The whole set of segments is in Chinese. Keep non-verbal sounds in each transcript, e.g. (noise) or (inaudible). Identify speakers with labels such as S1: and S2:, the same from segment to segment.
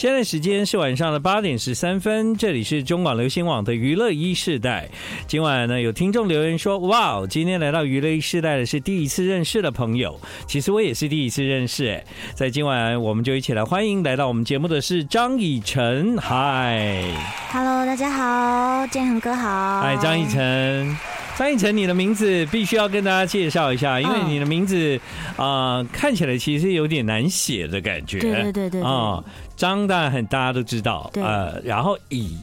S1: 现在时间是晚上的八点十三分，这里是中广流行网的娱乐一世代。今晚呢，有听众留言说：“哇，哦今天来到娱乐一世代的是第一次认识的朋友，其实我也是第一次认识。”哎，在今晚我们就一起来欢迎来到我们节目的是张以晨，嗨，
S2: Hello，大家好，建恒哥好。
S1: 嗨，哎张以。晨。张以晨，你的名字必须要跟大家介绍一下，因为
S2: 嗯
S1: 你的名字啊、呃看起来其实有点难写的感觉。
S2: 对对对对对。
S1: 啊、张当然很大家都知道，
S2: 嗯对
S1: 呃，然后乙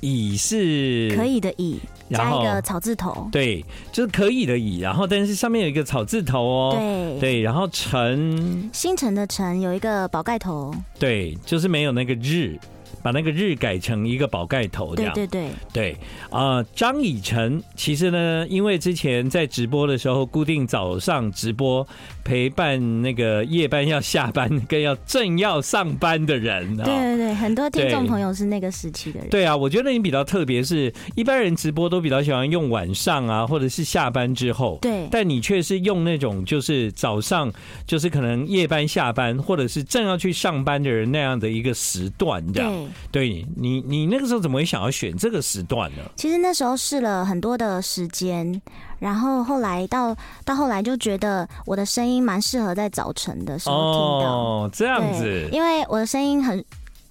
S1: 乙是
S2: 可，以的乙，
S1: 然
S2: 加
S1: 后
S2: 一个草字头。
S1: 对，就是可以的乙，然后但是上面有一个草字头哦，
S2: 对。
S1: 然后辰，
S2: 星辰的辰有一个宝盖头。
S1: 对，就是没有那个日，把那个日改成一个宝盖头这
S2: 对
S1: 样，
S2: 对对。
S1: 对啊、呃张以晨其实呢，因为之前在直播的时候，固定早上直播陪伴那个夜班要下班跟要正要上班的人啊、
S2: 对对对，很多听众
S1: 对
S2: 朋友是那个时期的人。
S1: 对啊，我觉得你比较特别，是一般人直播都比较喜欢用晚上啊，或者是下班之后。
S2: 对
S1: 但你却是用那种就是早上，就是可能夜班下班，或者是正要去上班的人那样的一个时段这样。
S2: 对，
S1: 对你，你你那个时候怎么会想要选这个时段呢？
S2: 其实那时候试了很多的时间，然后后来到到后来就觉得我的声音蛮适合在早晨的时候听到。
S1: 哦，这样
S2: 对
S1: 子，
S2: 因为我的声音很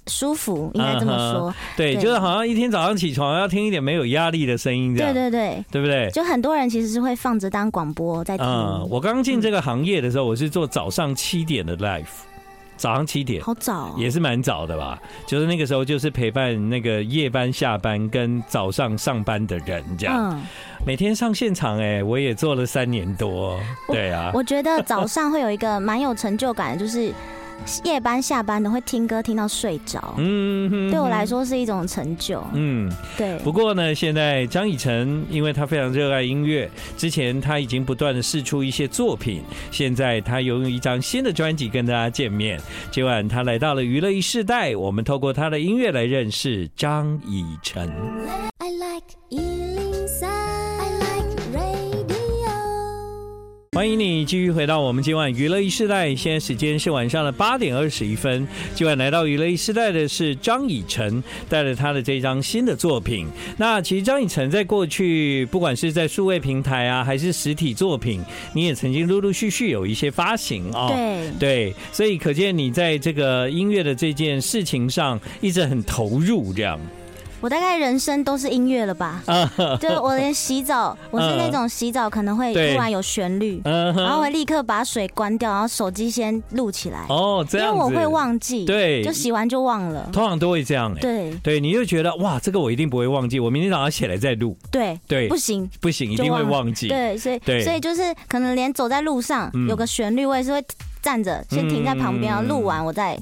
S2: 舒服，应该这
S1: 嗯
S2: 么说。
S1: 对，
S2: 对
S1: 就是好像一天早上起床要听一点没有压力的声音这
S2: 对
S1: 样，
S2: 对对，
S1: 对不对？
S2: 就很多人其实是会放着当广播在听。
S1: 嗯，我刚进这个行业的时候，我是做早上七点的 live，早上七点。
S2: 好早、哦，
S1: 也是蛮早的吧，就是那个时候就是陪伴那个夜班下班跟早上上班的人这样，
S2: 嗯，
S1: 每天上现场哎、我也做了三年多，
S2: 我
S1: 对啊，
S2: 我觉得早上会有一个蛮有成就感的，就是夜班下班的会听歌听到睡着，
S1: 嗯，哼
S2: 对我来，说是一种成就。
S1: 嗯，
S2: 对，
S1: 不过呢，现在张以晨，因为他非常热爱音乐，之前他已经不断的试出一些作品，现在他拥有一张新的专辑跟大家见面。今晚他来到了娱乐一世代，我们透过他的音乐来认识张以晨。
S3: I like Ealing Sound. I like radio.
S1: 欢迎你继续回到我们今晚娱乐一世代，现在时间是晚上的八点二十一分。今晚来到娱乐一世代的是张以晨，带着他的这张新的作品。那其实张以晨在过去，不管是在数位平台啊，还是实体作品，你也曾经陆陆续续有一些发行啊、
S2: 对
S1: 对，所以可见你在这个音乐的这件事情上一直很投入，这样
S2: 我大概人生都是音乐
S1: (laughs)
S2: 了吧？
S1: 啊，
S2: 对，我连洗澡，我是那种洗澡可能会
S1: 嗯对
S2: 突然有旋律，
S1: 嗯
S2: 然后
S1: 哼，
S2: 会立刻把水关掉，然后手机先录起来，
S1: 哦，这
S2: 因为
S1: 样子，
S2: 我会，忘记，
S1: 对
S2: 就洗完就忘了。
S1: 通常都会这样、欸，
S2: 对
S1: 对，你就觉得哇，这个我一定不会忘记，我明天早上起来再录。
S2: 对，
S1: 对，
S2: 不行，
S1: 不行，一定会忘记。
S2: 对，啊所以
S1: 对
S2: 所以就是可能连走在路上、
S1: 嗯
S2: 有个旋律，我也是会站着先停在旁
S1: 嗯
S2: 边，然后录完我再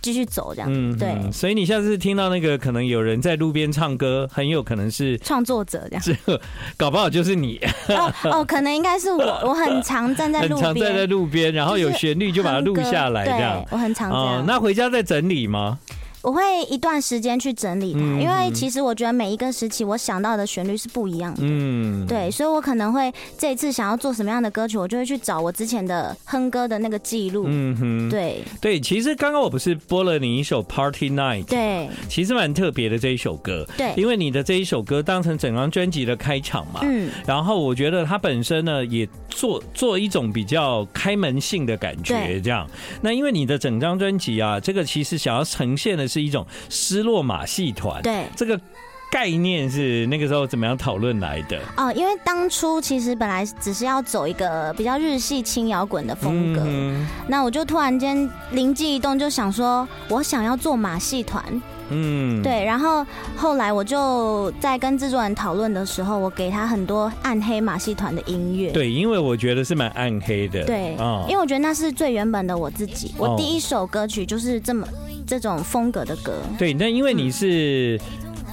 S2: 继续走这样。
S1: 嗯
S2: 对，
S1: 嗯所以你下次听到那个可能有人在路边唱歌，很有可能是。
S2: 创作者这样
S1: 这，搞不好就是你，
S2: 哦哦，可能应该是我，我很常站在
S1: (laughs) 很
S2: 路
S1: 常站在
S2: 边，
S1: 路边，然后有旋律就把它录
S2: 哼歌
S1: 下来这样
S2: 对。，我很常这
S1: 哦
S2: 样。，
S1: 那回家再整理吗？
S2: 我会一段时间去整理它，
S1: 嗯
S2: 因为其实我觉得每一个时期我想到的旋律是不一样的。
S1: 嗯，
S2: 对，所以我可能会这一次想要做什么样的歌曲，我就会去找我之前的哼歌的那个记录。
S1: 嗯哼，
S2: 对
S1: 对，其实刚刚我不是播了你一首《Party Night》，
S2: 对
S1: 其实蛮特别的这一首歌，
S2: 对，
S1: 因为你的这一首歌当成整张专辑的开场嘛，
S2: 嗯，
S1: 然后我觉得它本身呢，也做做一种比较开门性的感觉，
S2: 对
S1: 这样。那因为你的整张专辑啊，这个其实想要呈现的是一种失落马戏团，
S2: 对。
S1: 这个概念是那个时候怎么样讨论来的？
S2: 哦，因为当初其实本来只是要走一个比较日系轻摇滚的风格，
S1: 嗯
S2: 那我就突然间灵机一动，就想说我想要做马戏团，
S1: 嗯，
S2: 对。然后后来我就在跟制作人讨论的时候，我给他很多暗黑马戏团的音乐，
S1: 对，因为我觉得是蛮暗黑的，
S2: 对
S1: 啊
S2: 因为我觉得那是最原本的我自己。
S1: 哦
S2: 我第一首歌曲就是这么这种风格的歌，
S1: 对，那因为你是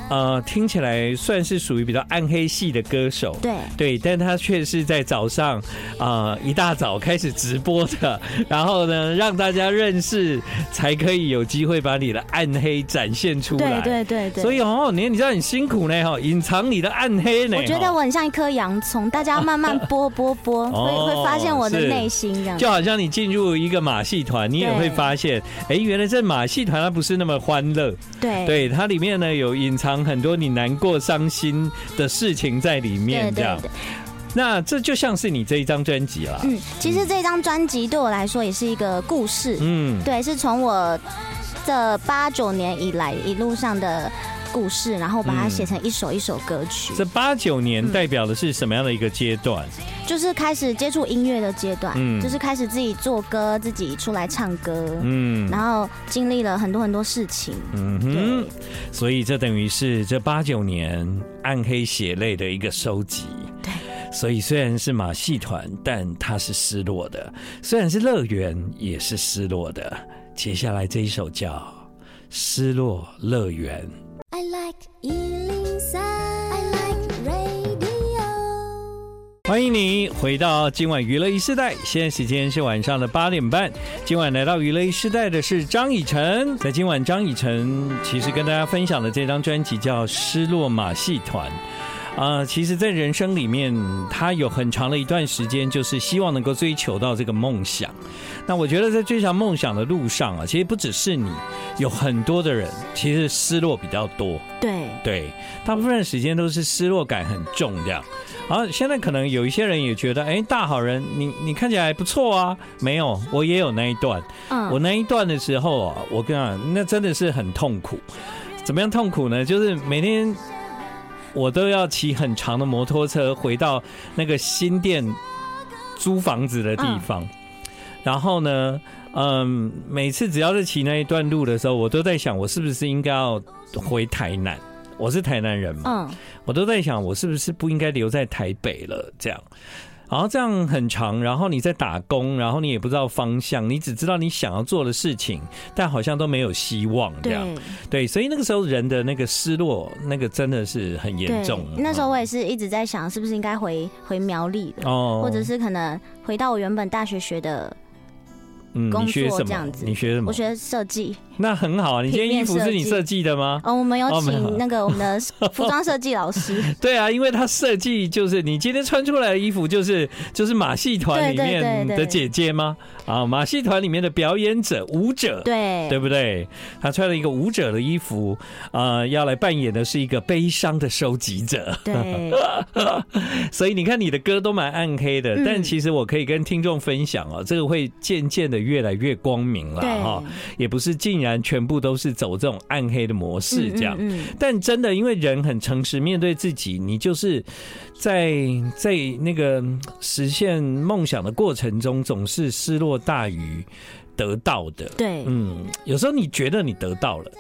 S1: 呃，听起来算是属于比较暗黑系的歌手。
S2: 对，
S1: 对，但他却是在早上，啊、一大早开始直播的，然后呢，让大家认识，才可以有机会把你的暗黑展现出来。
S2: 对对对对。
S1: 所以哦，你你知道你辛苦呢，哈，隐藏你的暗黑呢。哦
S2: 我觉得
S1: 齁
S2: 我很像一颗洋葱，大家慢慢
S1: (laughs)
S2: 剥剥剥，
S1: 哦
S2: 会会发现我的
S1: 是
S2: 内心这样子。
S1: 就好像你进入一个马戏团，你也
S2: 对
S1: 会发现，哎，原来这马戏团它不是那么欢乐，
S2: 对
S1: 对，它里面呢有隐藏很多你难过、伤心的事情在里
S2: 对
S1: 面，这
S2: 对
S1: 样。啊
S2: 对，
S1: 那这就像是你这一张专辑啦，
S2: 嗯，其实这张专辑对我来说也是一个故事，
S1: 嗯，
S2: 对，是从我这八九年以来一路上的故事，然后把它
S1: 嗯
S2: 写成一首一首歌曲，
S1: 这八九年代表的是什么样的一个阶段？
S2: 就是开始接触音乐的阶段，
S1: 嗯
S2: 就是开始自己做歌，自己出来唱歌，
S1: 嗯
S2: 然后经历了很多很多事情，
S1: 嗯
S2: 对
S1: 哼，所以这等于是这八九年暗黑血泪的一个收集。
S2: 对，
S1: 所以虽然是马戏团，但它是失落的；虽然是乐园，也是失落的。接下来这一首叫《失落乐园》。
S3: I like Ealing Sound. I like radio.
S1: 欢迎你回到今晚娱乐一世代，现在时间是晚上的八点半。今晚来到娱乐一世代的是张以诚，在今晚张以诚其实跟大家分享的这张专辑叫《失落马戏团》。啊、其实，在人生里面，他有很长的一段时间，就是希望能够追求到这个梦想。那我觉得，在追求梦想的路上啊，其实不只是你，有很多的人其实失落比较多。
S2: 对
S1: 对，大部分的时间都是失落感很重这样。好，现在可能有一些人也觉得，哎，大好人，你你看起来还不错啊。没有，我也有那一段，
S2: 嗯，
S1: 我那一段的时候啊，我跟你讲，那真的是很痛苦。怎么样痛苦呢？就是每天我都要骑很长的摩托车回到那个新店租房子的地方，然后呢，嗯，每次只要是骑那一段路的时候，我都在想，我是不是应该要回台南？我是台南人嘛，
S2: 嗯，
S1: 我都在想，我是不是不应该留在台北了？这样，然后这样很长，然后你在打工，然后你也不知道方向，你只知道你想要做的事情，但好像都没有希望这样。
S2: 对
S1: 对，所以那个时候人的那个失落，那个真的是很严
S2: 对
S1: 重。，嗯
S2: 那时候我也是一直在想，是不是应该回回苗栗的，
S1: 哦
S2: 或者是可能回到我原本大学学的，
S1: 嗯
S2: 工
S1: 你学
S2: 作
S1: 什
S2: 这样
S1: 么？
S2: 子
S1: 你学什么
S2: 我？学设计。
S1: 那很好啊！你今
S2: 平
S1: 天衣
S2: 面
S1: 服是你
S2: 设计
S1: 设计的吗？
S2: 哦，我们有
S1: 哦没有
S2: 请那个我们的 (laughs) 服装设计老师，
S1: (laughs) 对啊，因为它设计就是你今天穿出来的衣服，就是就是马戏团里
S2: 对对
S1: 面
S2: 对
S1: 的
S2: 对
S1: 姐姐吗？啊，马戏团里面的表演者、舞者，(laughs)
S2: 对
S1: 对不对？他穿了一个舞者的衣服，呃，要来扮演的是一个悲伤的收集者。 (laughs)
S2: 对，
S1: 所以你看，你的歌都蛮暗黑的，
S2: 嗯
S1: 但其实我可以跟听众分享哦，这个会渐渐的越来越光明了
S2: 对
S1: 哈，也不是竟然全部都是走这种暗黑的模式这样。
S2: 嗯嗯嗯
S1: 但真的，因为人很诚实面对自己，你就是在在那个嗯实现梦想的过程中，总是失落大于得到的。
S2: 对
S1: 嗯，有时候你觉得你得到了，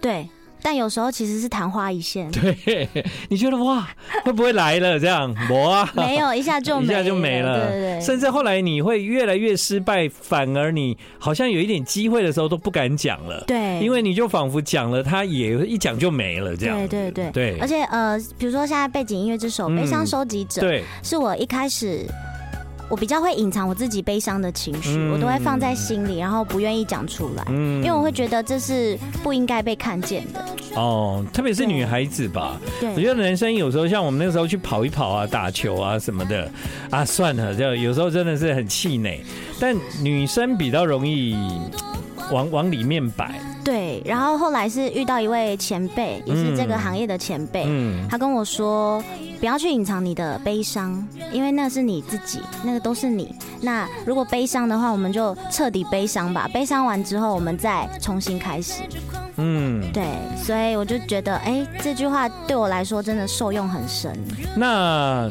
S2: 对，但有时候其实是昙花
S1: (laughs)
S2: 一现，
S1: 对，你觉得哇，会不会来了？这样，我啊，
S2: 没有一下就
S1: (laughs) 一
S2: 没
S1: 下就没了，
S2: 对对对，
S1: 甚至后来你会越来越失败，反而你好像有一点机会的时候都不敢讲了，
S2: 对，
S1: 因为你就仿佛讲了，他也一讲就没了这样子。
S2: 对对对
S1: 对，嗯
S2: 而且呃，比如说现在背景音乐这首《悲伤收集者》，
S1: 对
S2: 是我一开始。我比较会隐藏我自己悲伤的情绪，
S1: 嗯
S2: 我都会放在心里，然后不愿意讲出来，
S1: 嗯
S2: 因为我会觉得这是不应该被看见的。
S1: 哦，特别是女孩子吧，我
S2: 对，
S1: 觉得男生有时候像我们那时候去跑一跑啊、打球啊什么的，啊，算了，就有时候真的是很气馁。但女生比较容易往往里面摆，
S2: 对。然后后来是遇到一位前辈，也是这个行业的前辈，
S1: 嗯，
S2: 他跟我说，不要去隐藏你的悲伤，因为那是你自己，那个都是你。那如果悲伤的话，我们就彻底悲伤吧。悲伤完之后，我们再重新开始。
S1: 嗯，
S2: 对，所以我就觉得，哎、这句话对我来说真的受用很深。
S1: 那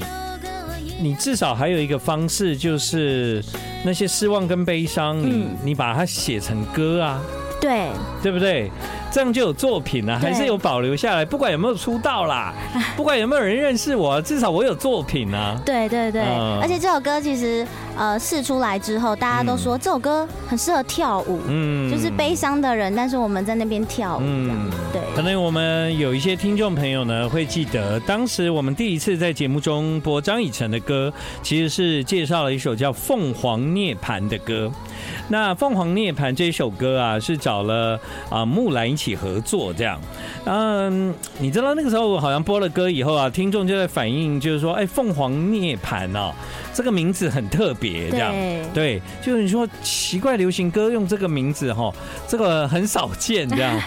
S1: 你至少还有一个方式，就是那些失望跟悲伤，你、
S2: 嗯
S1: 你把它写成歌啊，
S2: 对，
S1: 对不对？这样就有作品了、啊，
S2: 对
S1: 还是有保留下来。不管有没有出道
S2: (laughs)
S1: 啦，不管有没有人认识我，至少我有作品啊。
S2: 对对对，
S1: 嗯
S2: 而且这首歌其实呃试出来之后，大家都说这首歌很适合跳舞，
S1: 嗯
S2: 就是悲伤的人，但是我们在那边跳舞这样，
S1: 可
S2: 对，
S1: 能我们有一些听众朋友呢会记得，当时我们第一次在节目中播张以诚的歌，其实是介绍了一首叫《凤凰涅槃》的歌。那《凤凰涅槃》这首歌啊，是找了啊木兰一起合作这样。嗯，你知道那个时候好像播了歌以后啊，听众就在反映，就是说，哎、凤凰涅槃》哦，这个名字很特别这样。
S2: 对
S1: 对，就是你说奇怪，流行歌用这个名字哈，这个很少见这样。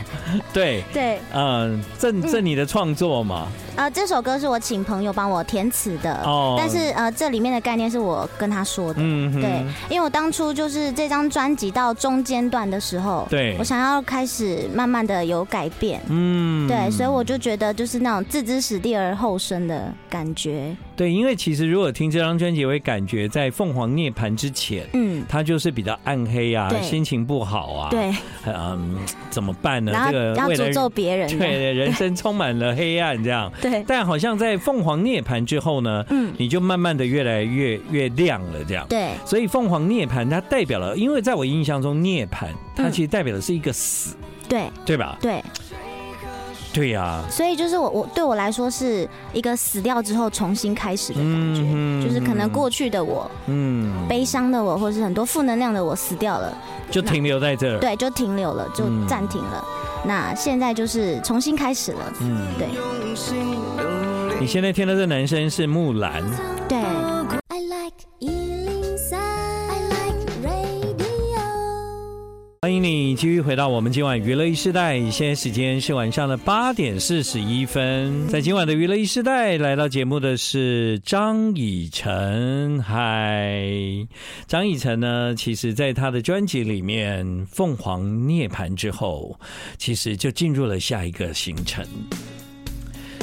S1: 对，
S2: 对，
S1: 嗯，这这你的创作嘛，
S2: 呃，这首歌是我请朋友帮我填词的，
S1: 哦
S2: 但是呃，这里面的概念是我跟他说的。
S1: 嗯哼，
S2: 对，因为我当初就是这张专辑到中间段的时候，
S1: 对
S2: 我想要开始慢慢的有改变，
S1: 嗯
S2: 对，所以我就觉得就是那种置之死地而后生的感觉，
S1: 对，因为其实如果听这张专辑，会感觉在凤凰涅槃之前。
S2: 嗯，
S1: 他就是比较暗黑啊，
S2: 对
S1: 心情不好啊，，
S2: 对，
S1: 嗯，怎么办呢？
S2: 然后
S1: 这个
S2: 要
S1: 未来
S2: 诅咒别人的，
S1: 对人生充满了黑暗这样。
S2: 对，
S1: 但好像在凤凰涅槃之后呢，
S2: 嗯，
S1: 你就慢慢的越来越越亮了这样。
S2: 对，
S1: 所以凤凰涅槃它代表了，因为在我印象中涅槃它其实代表的是一个死，
S2: 对，
S1: 对吧？
S2: 对，
S1: 对啊呀、
S2: 所以就是我我对我来说是一个死掉之后重新开始的感觉，
S1: 嗯
S2: 就是可能过去的我、
S1: 嗯，
S2: 悲伤的我，或是很多负能量的我死掉了，
S1: 就停留在这儿。
S2: 对，就停留了，就
S1: 嗯
S2: 暂停了。那现在就是重新开始了，
S1: 嗯，
S2: 对
S1: 你现在听到这男生是木兰，
S2: 对，
S3: I like Ealing Sound. I like radio.
S1: 欢迎你继续回到我们今晚娱乐一时代，现在时间是晚上的八点四十一分。在今晚的娱乐一时代，来到节目的是张以诚。嗨，张以诚呢，其实在他的专辑里面，《凤凰涅槃》之后，其实就进入了下一个行程。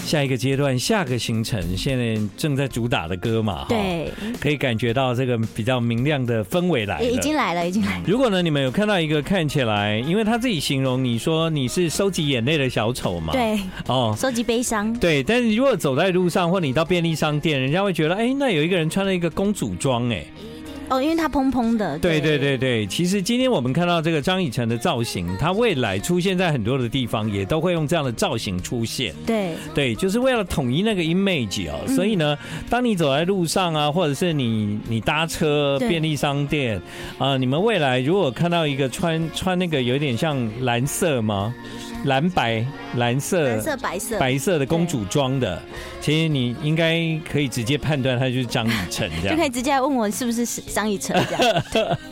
S1: 下一个阶段，下个行程，现在正在主打的歌嘛，哈，
S2: 对，
S1: 可以感觉到这个比较明亮的氛围来了。
S2: 也已经来了，已经来了。
S1: 如果呢，你们有看到一个看起来，因为他自己形容你说你是收集眼泪的小丑嘛，，
S2: 对，
S1: 哦，
S2: 收集悲伤，
S1: 对，但是如果走在路上或你到便利商店，人家会觉得，哎、那有一个人穿了一个公主装，哎，
S2: 哦，因为它蓬蓬的，
S1: 对对，对对，其实今天我们看到这个张以诚的造型，他未来出现在很多的地方，也都会用这样的造型出现。
S2: 对
S1: 对，就是为了统一那个 image 哦，
S2: 嗯
S1: 所以呢，当你走在路上啊，或者是你你搭车、
S2: 对
S1: 便利商店啊、你们未来如果看到一个穿穿那个有点像蓝色吗？蓝白蓝色
S2: 蓝色、白色，
S1: 呃白色的公主装的，其实你应该可以直接判断它就是张以诚这
S2: 就可
S1: 样。
S2: 以直接来问我是不是张以诚这样。
S1: (laughs)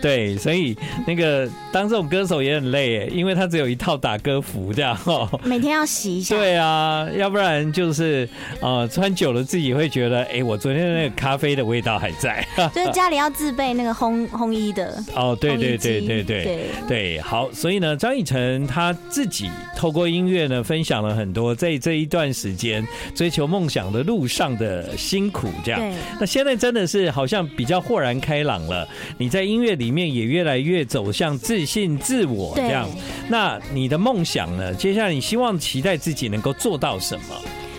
S1: 对，所以那个当这种歌手也很累耶，因为他只有一套打歌服这样哦。
S2: 每天要洗一下。
S1: 对啊，要不然就是呃，穿久了自己会觉得，哎、我昨天那个咖啡的味道还
S2: (laughs)
S1: 在。
S2: 就是家里要自备那个烘烘衣的，
S1: 哦，啊对
S2: 烘衣
S1: 对对
S2: 机
S1: 对对。对，好，所以呢，张以诚他自己透过音乐呢，分享了很多在这一段时间追求梦想的路上的辛苦，这样。
S2: 对
S1: 那现在真的是好像比较豁然开朗了，你在音乐里面也越来越走向自信、自我这
S2: 对
S1: 样。那你的梦想呢？接下来你希望期待自己能够做到什么？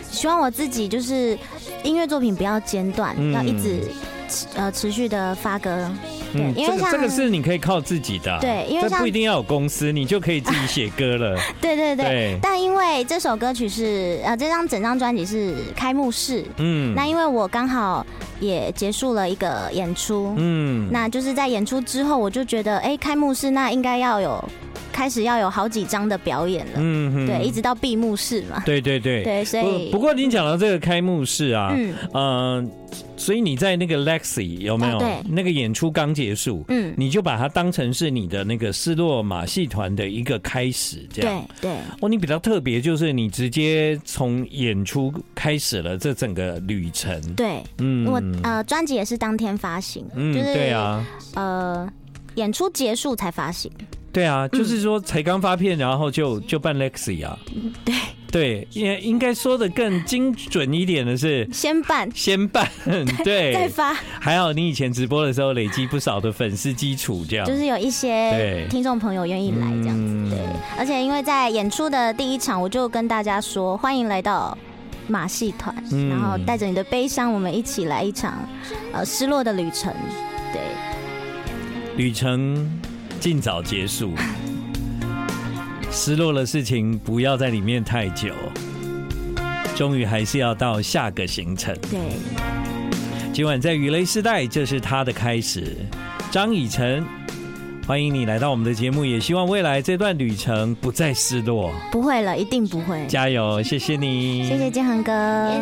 S2: 希望我自己就是音乐作品不要间断，
S1: 嗯
S2: 要一直持呃持续的发歌。对
S1: 嗯，
S2: 因为
S1: 这个
S2: 像
S1: 这个是你可以靠自己的啊、
S2: 对因为
S1: 这
S2: 像
S1: 不一定要有公司，你就可以自己写歌
S2: (laughs)
S1: 了。
S2: 对对对。
S1: 对，
S2: 但因为这首歌曲是呃这张整张专辑是开幕式，
S1: 嗯
S2: 那因为我刚好也结束了一个演出，
S1: 嗯，
S2: 那就是在演出之后，我就觉得哎、开幕式那应该要有开始要有好几张的表演了，
S1: 嗯哼
S2: 对，一直到闭幕式嘛，
S1: 对对对。
S2: 对，所以
S1: 不不过你讲到这个开幕式啊，
S2: 嗯
S1: 嗯、所以你在那个 Lexi 有没有、
S2: 啊对
S1: 那个演出刚结束，
S2: 嗯，
S1: 你就把它当成是你的那个斯洛马戏团的一个开始，这样。
S2: 对对。
S1: 哦，你比较特别，就是你直接从演出开始了这整个旅程。
S2: 对，
S1: 嗯
S2: 我呃专辑也是当天发行，
S1: 嗯，
S2: 就是
S1: 对啊。
S2: 呃演出结束才发行，
S1: 对啊，
S2: 嗯
S1: 就是说才刚发片，然后就就办 Lexi 啊。对对，应应该说的更精准一点的是。
S2: 先办
S1: 先办 (laughs) 对，
S2: 再发，
S1: 还好你以前直播的时候累积不少的粉丝基础，这样
S2: 就是有一些
S1: 对
S2: 听众朋友愿意来这样子，
S1: 嗯
S2: 对。而且因为在演出的第一场，我就跟大家说，欢迎来到马戏团，
S1: 嗯
S2: 然后带着你的悲伤，我们一起来一场呃失落的旅程。对，
S1: 旅程尽早结
S2: (laughs)
S1: 束。失落的事情不要在里面太久，终于还是要到下个行程。
S2: 对，
S1: 今晚在雨雷时代，这是他的开始。张以诚，欢迎你来到我们的节目，也希望未来这段旅程不再失落。
S2: 不会了，一定不会。
S1: 加油，谢谢你，
S2: 谢谢建恒哥。